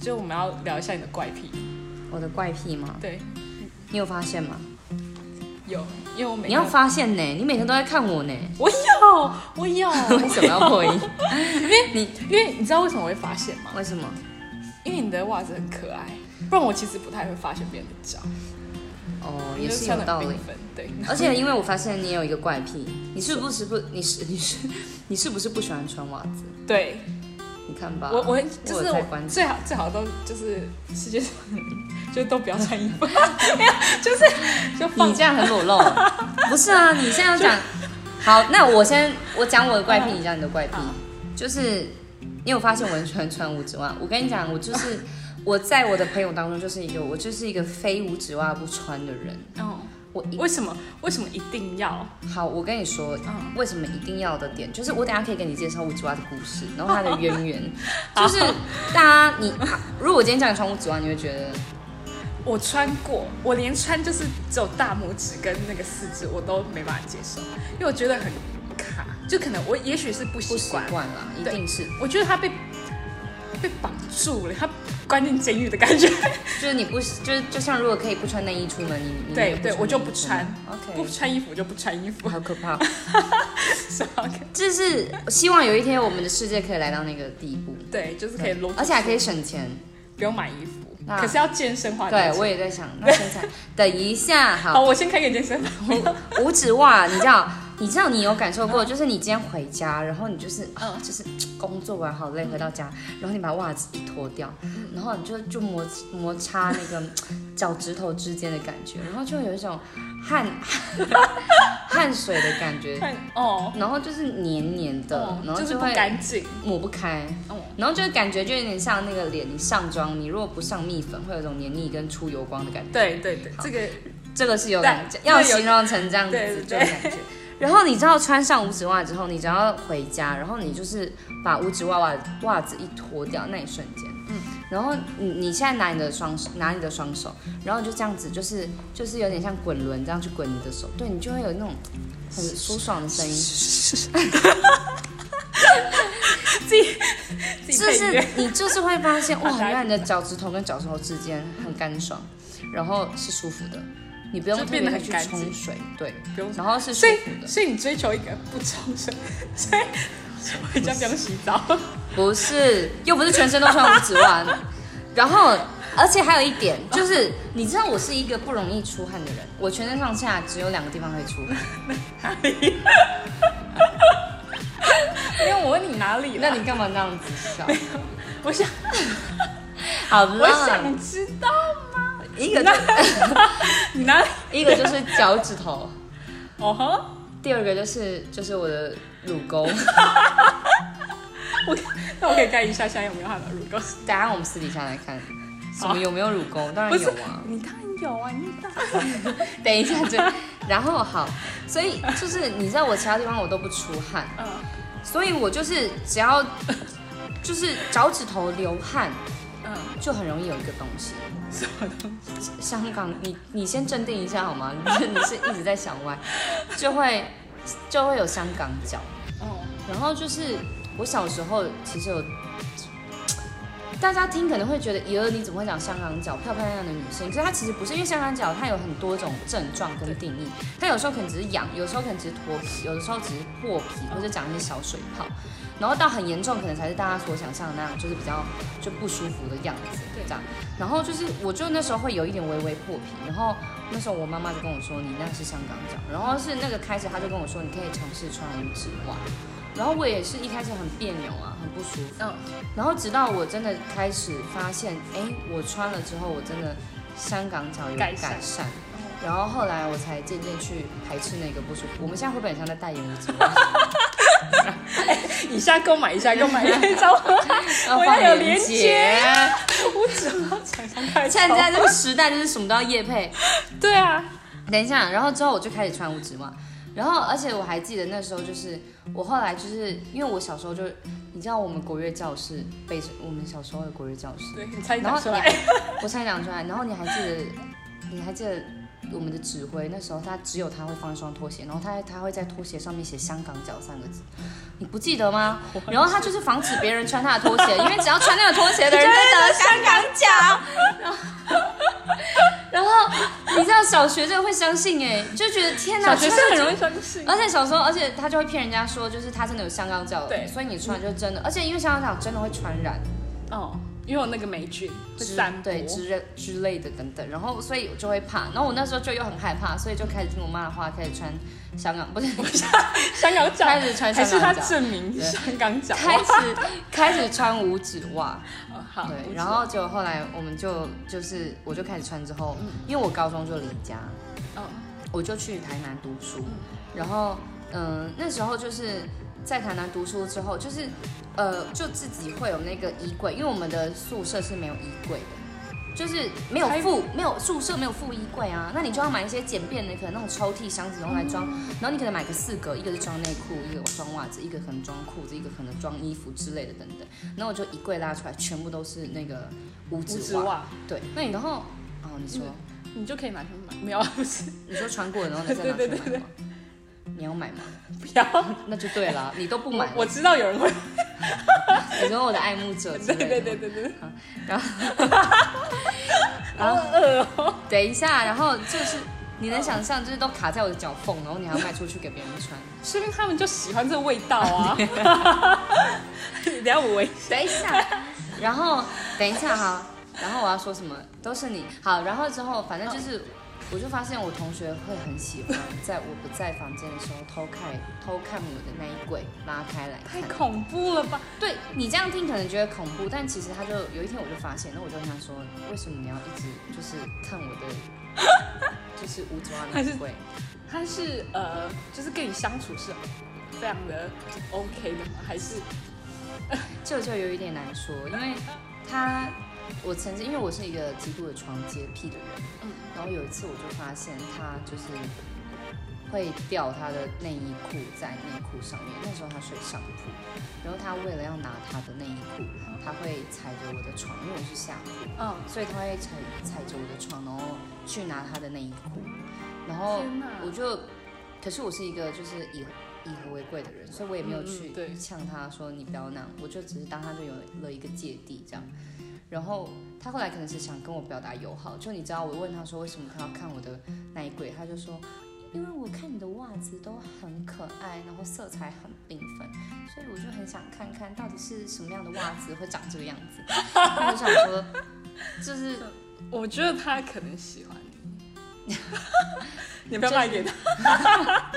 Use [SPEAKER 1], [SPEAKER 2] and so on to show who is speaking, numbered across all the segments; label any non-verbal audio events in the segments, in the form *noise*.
[SPEAKER 1] 就我们要聊一下你的怪癖。
[SPEAKER 2] 我的怪癖吗？
[SPEAKER 1] 对，
[SPEAKER 2] 你有发现吗？
[SPEAKER 1] 有，因为我每
[SPEAKER 2] 你要
[SPEAKER 1] 个
[SPEAKER 2] 发现呢，你每天都在看我呢，
[SPEAKER 1] *laughs* 我有，我
[SPEAKER 2] *laughs*
[SPEAKER 1] 有，
[SPEAKER 2] 为什么要
[SPEAKER 1] *laughs*
[SPEAKER 2] 破音？因为你
[SPEAKER 1] 因为你知道为什么我会发现吗？
[SPEAKER 2] 为什么？
[SPEAKER 1] 因为你的袜子很可爱，不然我其实不太会发现别人的脚，
[SPEAKER 2] 哦，
[SPEAKER 1] 你
[SPEAKER 2] 也
[SPEAKER 1] 就是穿
[SPEAKER 2] 有
[SPEAKER 1] 得
[SPEAKER 2] 道
[SPEAKER 1] 很
[SPEAKER 2] 理
[SPEAKER 1] 缤。纷。对， *laughs*
[SPEAKER 2] 而且因为我发现你有一个怪癖，你是不是不你是你是你是不是不喜欢穿袜子？
[SPEAKER 1] 对
[SPEAKER 2] 你看吧，
[SPEAKER 1] 我我
[SPEAKER 2] 啊我
[SPEAKER 1] 就是
[SPEAKER 2] 有在
[SPEAKER 1] 我
[SPEAKER 2] 观察
[SPEAKER 1] 最好最好都就是世界上 *laughs* 就都不要穿衣服， *laughs* 就是 *laughs* 就放
[SPEAKER 2] 你这样很裸露。 *laughs* 不是啊，你现在要讲好，那我先我讲我的怪癖，
[SPEAKER 1] 嗯
[SPEAKER 2] 你讲你的怪癖
[SPEAKER 1] 好，
[SPEAKER 2] 就是你有发现我很喜欢穿五指袜？我跟你讲，
[SPEAKER 1] *laughs*
[SPEAKER 2] 我就是我在我的朋友当中就是一个我就是一个非五指袜不穿的人。
[SPEAKER 1] 哦，
[SPEAKER 2] 我一
[SPEAKER 1] 为什么为什么一定要？
[SPEAKER 2] 好，我跟你说，
[SPEAKER 1] 嗯，
[SPEAKER 2] 为什么一定要的点，就是我等一下可以给你介绍五指袜的故事，然后它的
[SPEAKER 1] *laughs*
[SPEAKER 2] 渊源，
[SPEAKER 1] 好
[SPEAKER 2] 就是大家你，如果我今天叫你穿五指袜，你会觉得
[SPEAKER 1] 我穿过，我连穿就是只有大拇指跟那个四指我都没办法接受，因为我觉得很卡，就可能我也许是不
[SPEAKER 2] 不
[SPEAKER 1] 习
[SPEAKER 2] 习
[SPEAKER 1] 惯，
[SPEAKER 2] 惯啦，一
[SPEAKER 1] 对
[SPEAKER 2] 定是，
[SPEAKER 1] 我觉得他被被绑住了，他关进监狱的感觉。
[SPEAKER 2] 就是你不就是就像如果可以不穿内衣出门，你你
[SPEAKER 1] 对
[SPEAKER 2] 也不
[SPEAKER 1] 对
[SPEAKER 2] 穿
[SPEAKER 1] 我就
[SPEAKER 2] 内衣
[SPEAKER 1] 不
[SPEAKER 2] 出门
[SPEAKER 1] 不穿衣服就不穿衣服
[SPEAKER 2] *laughs* ，OK，，好可怕。
[SPEAKER 1] *laughs* 是吧？OK
[SPEAKER 2] 就是希望有一天我们的世界可以来到那个地步，
[SPEAKER 1] 对，就是可以裸，
[SPEAKER 2] 而且还可以省钱。
[SPEAKER 1] 不用买衣服，
[SPEAKER 2] 那
[SPEAKER 1] 可是要健身花
[SPEAKER 2] 对
[SPEAKER 1] 点，钱
[SPEAKER 2] 我也在想，那现
[SPEAKER 1] *laughs*
[SPEAKER 2] 在等一下，
[SPEAKER 1] 好，
[SPEAKER 2] 好，
[SPEAKER 1] 我先开个健身房。
[SPEAKER 2] 五五指袜，你知道，你知道你有感受过，就是你今天回家，然后你就是
[SPEAKER 1] 嗯
[SPEAKER 2] 啊，就是工作完好累，回到家，然后你把袜子一脱掉，
[SPEAKER 1] 嗯
[SPEAKER 2] 然后你就就摩摩擦那
[SPEAKER 1] *laughs*
[SPEAKER 2] 个脚趾头之间的感觉，然后就有一种汗 *laughs* 汗水的感觉，
[SPEAKER 1] *laughs* 看
[SPEAKER 2] *laughs*
[SPEAKER 1] 哦
[SPEAKER 2] 然后就是黏黏的
[SPEAKER 1] 哦，，
[SPEAKER 2] 然后
[SPEAKER 1] 就是不
[SPEAKER 2] 会
[SPEAKER 1] 干净，
[SPEAKER 2] 抹不开。
[SPEAKER 1] 哦
[SPEAKER 2] 然后就感觉就有点像那个脸，你上妆，你如果不上蜜粉，会有一种黏腻跟出油光的感觉。
[SPEAKER 1] 对对对，
[SPEAKER 2] 好
[SPEAKER 1] 这个
[SPEAKER 2] 这个是有
[SPEAKER 1] 但
[SPEAKER 2] 感觉，
[SPEAKER 1] 这个
[SPEAKER 2] 要
[SPEAKER 1] 有
[SPEAKER 2] 形容成这样子
[SPEAKER 1] 对对
[SPEAKER 2] 这种感觉。然后你知道穿上五指袜之后，你只要回家，然后你就是把五指袜袜袜子一脱掉那一瞬间，嗯，然后你你现在拿你的双手拿你的双手，然后就这样子，就是就是有点像滚轮这样去滚你的手，对你就会有那种很舒爽的声音，
[SPEAKER 1] 自己 *laughs*
[SPEAKER 2] 就
[SPEAKER 1] 配乐
[SPEAKER 2] 是你就是会发现，哇，
[SPEAKER 1] 好
[SPEAKER 2] 原来你的脚趾头跟脚趾头之间很干爽，然后是舒服的，你不用
[SPEAKER 1] 就
[SPEAKER 2] 特
[SPEAKER 1] 变
[SPEAKER 2] 别
[SPEAKER 1] 得
[SPEAKER 2] 地
[SPEAKER 1] 很
[SPEAKER 2] 去
[SPEAKER 1] 干净
[SPEAKER 2] 冲水，对，
[SPEAKER 1] 不用
[SPEAKER 2] 然后是舒
[SPEAKER 1] 所以
[SPEAKER 2] 服的，
[SPEAKER 1] 所以你追求一个不冲水，所以回家不用洗澡。
[SPEAKER 2] 不是，又不是全身都穿五指袜， *laughs* 然后。而且还有一点，就是你知道我是一个不容易出汗的人，我全身上下只有两个地方会出 *laughs* 汗。
[SPEAKER 1] 因为我问你哪里了，
[SPEAKER 2] 那你干嘛那样子笑？
[SPEAKER 1] 我想
[SPEAKER 2] *laughs* 好
[SPEAKER 1] 我
[SPEAKER 2] 啦，
[SPEAKER 1] 想知道
[SPEAKER 2] 一个就
[SPEAKER 1] *laughs* 你哪里。
[SPEAKER 2] 一个就是脚趾头，
[SPEAKER 1] 哦吼，
[SPEAKER 2] 第二个就是就是我的乳沟。 *laughs*
[SPEAKER 1] 那我可以看一下现在有没有他的乳沟？
[SPEAKER 2] 等一下我们私底下来看，什么有没有乳沟？当
[SPEAKER 1] 不
[SPEAKER 2] 然
[SPEAKER 1] 是
[SPEAKER 2] 有啊。
[SPEAKER 1] 你当然有啊，你当然
[SPEAKER 2] *laughs* 等一下就，然后好，所以就是你知道我其他地方我都不出汗，
[SPEAKER 1] 嗯
[SPEAKER 2] 所以我就是只要就是脚趾头流汗，
[SPEAKER 1] 嗯，
[SPEAKER 2] 就很容易有一个东西。
[SPEAKER 1] 什么东西？
[SPEAKER 2] 香港，你你先镇定一下好吗？ *laughs* 你你是一直在想歪，就会就会有香港脚。
[SPEAKER 1] 哦，
[SPEAKER 2] 然后就是我小时候其实有，大家听可能会觉得，哟，你怎么会讲香港脚漂漂亮亮的女生？可是她其实不是，因为香港脚它有很多种症状跟定义，它有时候可能只是痒，有时候可能只是脱皮，有的时候只是破皮或者长一些小水泡，然后到很严重可能才是大家所想象的那样，就是比较就不舒服的样子
[SPEAKER 1] 对
[SPEAKER 2] 这样。然后就是我就那时候会有一点微微破皮，然后那时候我妈妈就跟我说，你那是香港脚，然后是那个开始她就跟我说，你可以尝试穿五指袜。然后我也是一开始很别扭啊，很不舒服。
[SPEAKER 1] 嗯
[SPEAKER 2] 然后直到我真的开始发现，哎，我穿了之后，我真的香港脚有
[SPEAKER 1] 改
[SPEAKER 2] 改
[SPEAKER 1] 善哦
[SPEAKER 2] 善。然后后来我才渐渐去排斥那个不舒服。我们现在会不会很像在代言五
[SPEAKER 1] *laughs*
[SPEAKER 2] 指袜？
[SPEAKER 1] 以下购买，以下购买，可以找我。
[SPEAKER 2] 要
[SPEAKER 1] 我
[SPEAKER 2] 放
[SPEAKER 1] 要有
[SPEAKER 2] 链
[SPEAKER 1] 连
[SPEAKER 2] 接。
[SPEAKER 1] 我只要厂商开
[SPEAKER 2] *laughs* 现在这个时代就是什么都要夜配。
[SPEAKER 1] 对啊，
[SPEAKER 2] 等一下，然后之后我就开始穿五指袜，然后而且我还记得那时候就是我后来就是因为我小时候就你知道我们国乐教室背我们小时候的国乐教室。
[SPEAKER 1] 对你猜
[SPEAKER 2] 然
[SPEAKER 1] 得
[SPEAKER 2] 后
[SPEAKER 1] 出
[SPEAKER 2] 你
[SPEAKER 1] 来。
[SPEAKER 2] 我才讲出来，然后你还记得，你还记得我们的指挥那时候他只有他会放一双拖鞋，然后他他会在拖鞋上面写“香港脚”三个字，你不记得吗？然后他就是防止别人穿他的拖鞋，因为只要穿那个拖鞋的人就得香港脚。然后你知道小学这个会相信哎、就觉得天哪，
[SPEAKER 1] 小学生很容易相信。
[SPEAKER 2] 而且小时候，而且他就会骗人家说，就是他真的有香港脚，
[SPEAKER 1] 对
[SPEAKER 2] 所以你穿就真的。而且因为香港脚真的会传染，
[SPEAKER 1] 哦，因为有那个霉菌会
[SPEAKER 2] 之
[SPEAKER 1] 散播，
[SPEAKER 2] 对之类之类的等等，然后所以我就会怕，然后我那时候就又很害怕，所以就开始听我妈的话，开始穿香港
[SPEAKER 1] *laughs*
[SPEAKER 2] 不是
[SPEAKER 1] 香港脚
[SPEAKER 2] 开始穿
[SPEAKER 1] 还是
[SPEAKER 2] 香
[SPEAKER 1] 他
[SPEAKER 2] 港脚
[SPEAKER 1] 证明香港脚？
[SPEAKER 2] 开始开始穿五指袜，
[SPEAKER 1] 哦好，
[SPEAKER 2] 对，
[SPEAKER 1] 我
[SPEAKER 2] 然
[SPEAKER 1] 知道
[SPEAKER 2] 后就后来我们就就是我就开始穿之后，因为我高中就离家，
[SPEAKER 1] 嗯哦
[SPEAKER 2] 我就去台南读书，然后嗯、呃那时候就是在台南读书之后，就是呃就自己会有那个衣柜，因为我们的宿舍是没有衣柜的，就是没有
[SPEAKER 1] 还
[SPEAKER 2] 附没有宿舍没有附衣柜啊，那你就要买一些简便的，可能那种抽屉箱子，然后来装，然后你可能买个四格，一个是装内裤，一个装袜子，一个可能装裤子，一个可能装衣服之类的等等，然后我就一柜拉出来，全部都是那个五
[SPEAKER 1] 五
[SPEAKER 2] 指
[SPEAKER 1] 指
[SPEAKER 2] 袜，
[SPEAKER 1] 袜，嗯
[SPEAKER 2] 对，那你然后哦你说。
[SPEAKER 1] 你就可以拿去买，没有啊不是
[SPEAKER 2] 你说穿过了，然后你再拿去买吗？你要买吗？
[SPEAKER 1] 不要，
[SPEAKER 2] 那就对了，你都不买
[SPEAKER 1] 我，我知道有人会，
[SPEAKER 2] 你说我的爱慕者之
[SPEAKER 1] 对
[SPEAKER 2] 类的。
[SPEAKER 1] 对对对对，
[SPEAKER 2] 然后
[SPEAKER 1] 哦
[SPEAKER 2] 等一下，然后就是你能想象，就是都卡在我的脚缝，然后你还要卖出去给别人穿。
[SPEAKER 1] 说明他们就喜欢这个味道啊。 *laughs* 等一下我围，
[SPEAKER 2] 等
[SPEAKER 1] *laughs*
[SPEAKER 2] 一下，然后等一下哈，然后我要说什么都是你好，然后之后反正
[SPEAKER 1] 哦
[SPEAKER 2] 就是。我就发现我同学会很喜欢， *laughs* 在我不在房间的时候偷看偷看我的那一柜，拉开来
[SPEAKER 1] 太
[SPEAKER 2] 看。
[SPEAKER 1] 恐怖了吧？
[SPEAKER 2] 对你这样听可能觉得恐怖，但其实他就有一天我就发现，那我就跟他说，为什么你要一直就是看我的，
[SPEAKER 1] *laughs*
[SPEAKER 2] 就是无抓那
[SPEAKER 1] 还是
[SPEAKER 2] 个鬼？
[SPEAKER 1] 他是呃，就是跟你相处是非常的 OK 的吗？还是
[SPEAKER 2] 这就有一点难说，因为他我曾经因为我是一个极度的床洁癖的人，
[SPEAKER 1] 嗯
[SPEAKER 2] 然后有一次我就发现他就是会掉他的内衣裤在内裤上面，那时候他睡上铺，然后他为了要拿他的内衣裤，他会踩着我的床，因为我是下铺。
[SPEAKER 1] 嗯？
[SPEAKER 2] 所以他会踩踩着我的床，然后去拿他的内衣裤，然后
[SPEAKER 1] 天哪
[SPEAKER 2] 我就，可是我是一个就是以以和为贵的人，所以我也没有
[SPEAKER 1] 嗯嗯
[SPEAKER 2] 去
[SPEAKER 1] 对
[SPEAKER 2] 呛他说你不要那样，我就只是当他就有了一个芥蒂这样，然后他后来可能是想跟我表达友好，就你知道我问他说为什么他要看我的那一柜，他就说。因为我看你的袜子都很可爱，然后色彩很缤纷，所以我就很想看看到底是什么样的袜子会长这个样子。我就想说，就是
[SPEAKER 1] 我觉得他可能喜欢你。 *laughs* 你不要卖给他，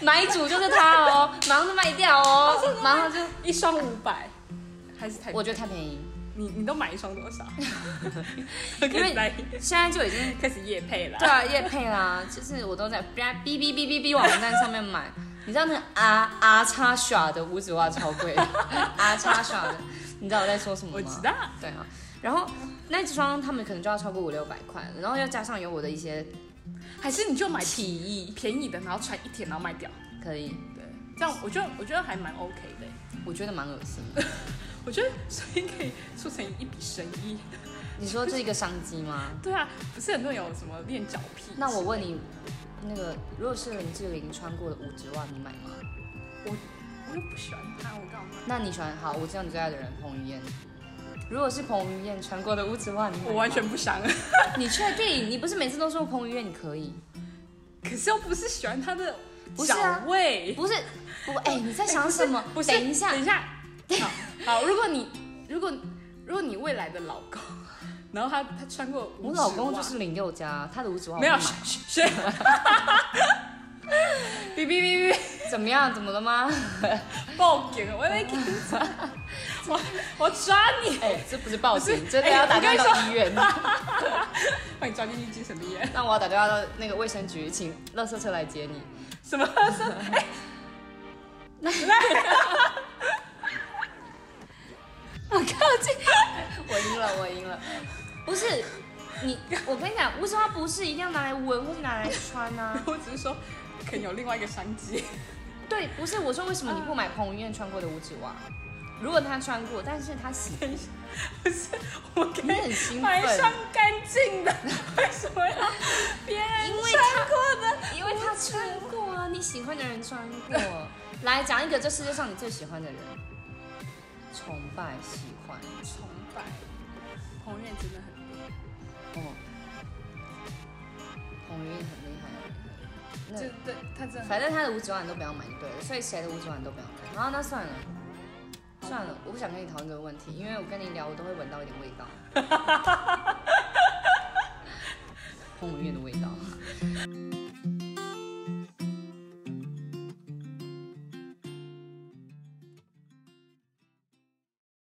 [SPEAKER 2] 买主就是他哦，马上就卖
[SPEAKER 1] *laughs*
[SPEAKER 2] 掉哦，马上就，
[SPEAKER 1] 一双五百，还是太
[SPEAKER 2] 我觉得太便宜，
[SPEAKER 1] 你你都买一双多
[SPEAKER 2] *laughs*
[SPEAKER 1] 少？因
[SPEAKER 2] 因为现在就已经 *laughs*
[SPEAKER 1] 开始夜配了
[SPEAKER 2] 对。啊，叶配啦，就是我都在哔哔哔哔哔网站上面买，你知道那个阿阿叉耍的五指袜超
[SPEAKER 1] *laughs*
[SPEAKER 2] 贵的，阿叉耍的，你知道我在说什么
[SPEAKER 1] 我知
[SPEAKER 2] 吗？
[SPEAKER 1] 道，
[SPEAKER 2] 对啊，然后那几双他们可能就要超过五六百块了，然后又加上有我的一些
[SPEAKER 1] 还是你就买
[SPEAKER 2] 提议，
[SPEAKER 1] 便宜的，然后穿一天，然后卖掉。
[SPEAKER 2] 可以，
[SPEAKER 1] 对，这样我觉得我觉得还蛮 OK 的。
[SPEAKER 2] 我觉得蛮恶心
[SPEAKER 1] *laughs*
[SPEAKER 2] 的。
[SPEAKER 1] 我觉得所以可以促成一笔生意。
[SPEAKER 2] 你说这是一个商机吗？
[SPEAKER 1] 对啊，不是很多人有什么练脚癖？
[SPEAKER 2] 那我问你，那个如果是林志玲穿过的五指袜，你买吗？
[SPEAKER 1] 我又不喜欢他，我干嘛？
[SPEAKER 2] 那你喜欢好，我知道你最爱的人彭于晏。如果是彭于晏穿过的五指袜，你买吗
[SPEAKER 1] 我完全不想。
[SPEAKER 2] 你确定？你不是每次都说彭于晏你可以？
[SPEAKER 1] 可是又不是喜欢他的
[SPEAKER 2] 不是
[SPEAKER 1] 脚
[SPEAKER 2] 啊
[SPEAKER 1] 味。
[SPEAKER 2] 不是，我哎、你 *laughs* 在想什么？
[SPEAKER 1] 不是，
[SPEAKER 2] 等一下
[SPEAKER 1] 等，一下，
[SPEAKER 2] *laughs*
[SPEAKER 1] 好，好，如果你如果如果你未来的老公，然后他他穿过五
[SPEAKER 2] 我
[SPEAKER 1] 指
[SPEAKER 2] 老公
[SPEAKER 1] 袜
[SPEAKER 2] 就是林宥嘉，他的五指袜我
[SPEAKER 1] 没有
[SPEAKER 2] 不买，
[SPEAKER 1] 学， *laughs* 哔哔哔哔，
[SPEAKER 2] 怎么样？怎么了吗？
[SPEAKER 1] 报警！我被警察， *laughs* 我我抓你，
[SPEAKER 2] 哎、这不是报警
[SPEAKER 1] 不，是
[SPEAKER 2] 这个要打
[SPEAKER 1] 哎
[SPEAKER 2] 电话
[SPEAKER 1] 我
[SPEAKER 2] 到医院。
[SPEAKER 1] 把哎你抓进去精神病院。
[SPEAKER 2] *laughs* 那我要打电话到那个卫生局，请垃圾车来接你。
[SPEAKER 1] 什么？ *laughs*
[SPEAKER 2] 我靠，这我赢了，我赢了。不是你，我跟你讲，为什么不是一定要拿来闻或是拿来穿呢、啊？
[SPEAKER 1] 我只是说，可能有另外一个商机。嗯
[SPEAKER 2] 对，不是我说为什么你不买彭于晏穿过的五指袜？如果他穿过，但是
[SPEAKER 1] *laughs*
[SPEAKER 2] 他洗，
[SPEAKER 1] 不是，我可
[SPEAKER 2] 你
[SPEAKER 1] 以
[SPEAKER 2] 很兴
[SPEAKER 1] 买一
[SPEAKER 2] 奋
[SPEAKER 1] 双，干净的，为什么要别人
[SPEAKER 2] 因为
[SPEAKER 1] 穿过的？
[SPEAKER 2] 因为他穿过啊，你喜欢的人穿过。来讲一个这世界上你最喜欢的人，崇拜、喜欢。
[SPEAKER 1] 崇拜，彭于晏真的很厉害，
[SPEAKER 2] 哦，彭于晏很厉害。那
[SPEAKER 1] 就对他真的很
[SPEAKER 2] 反正他的五指碗都不要买就对了，所以谁的五指碗都不要看。好，那算了，算了，我不想跟你讨论这个问题，因为我跟你聊我都会闻到一点味道。
[SPEAKER 1] *laughs*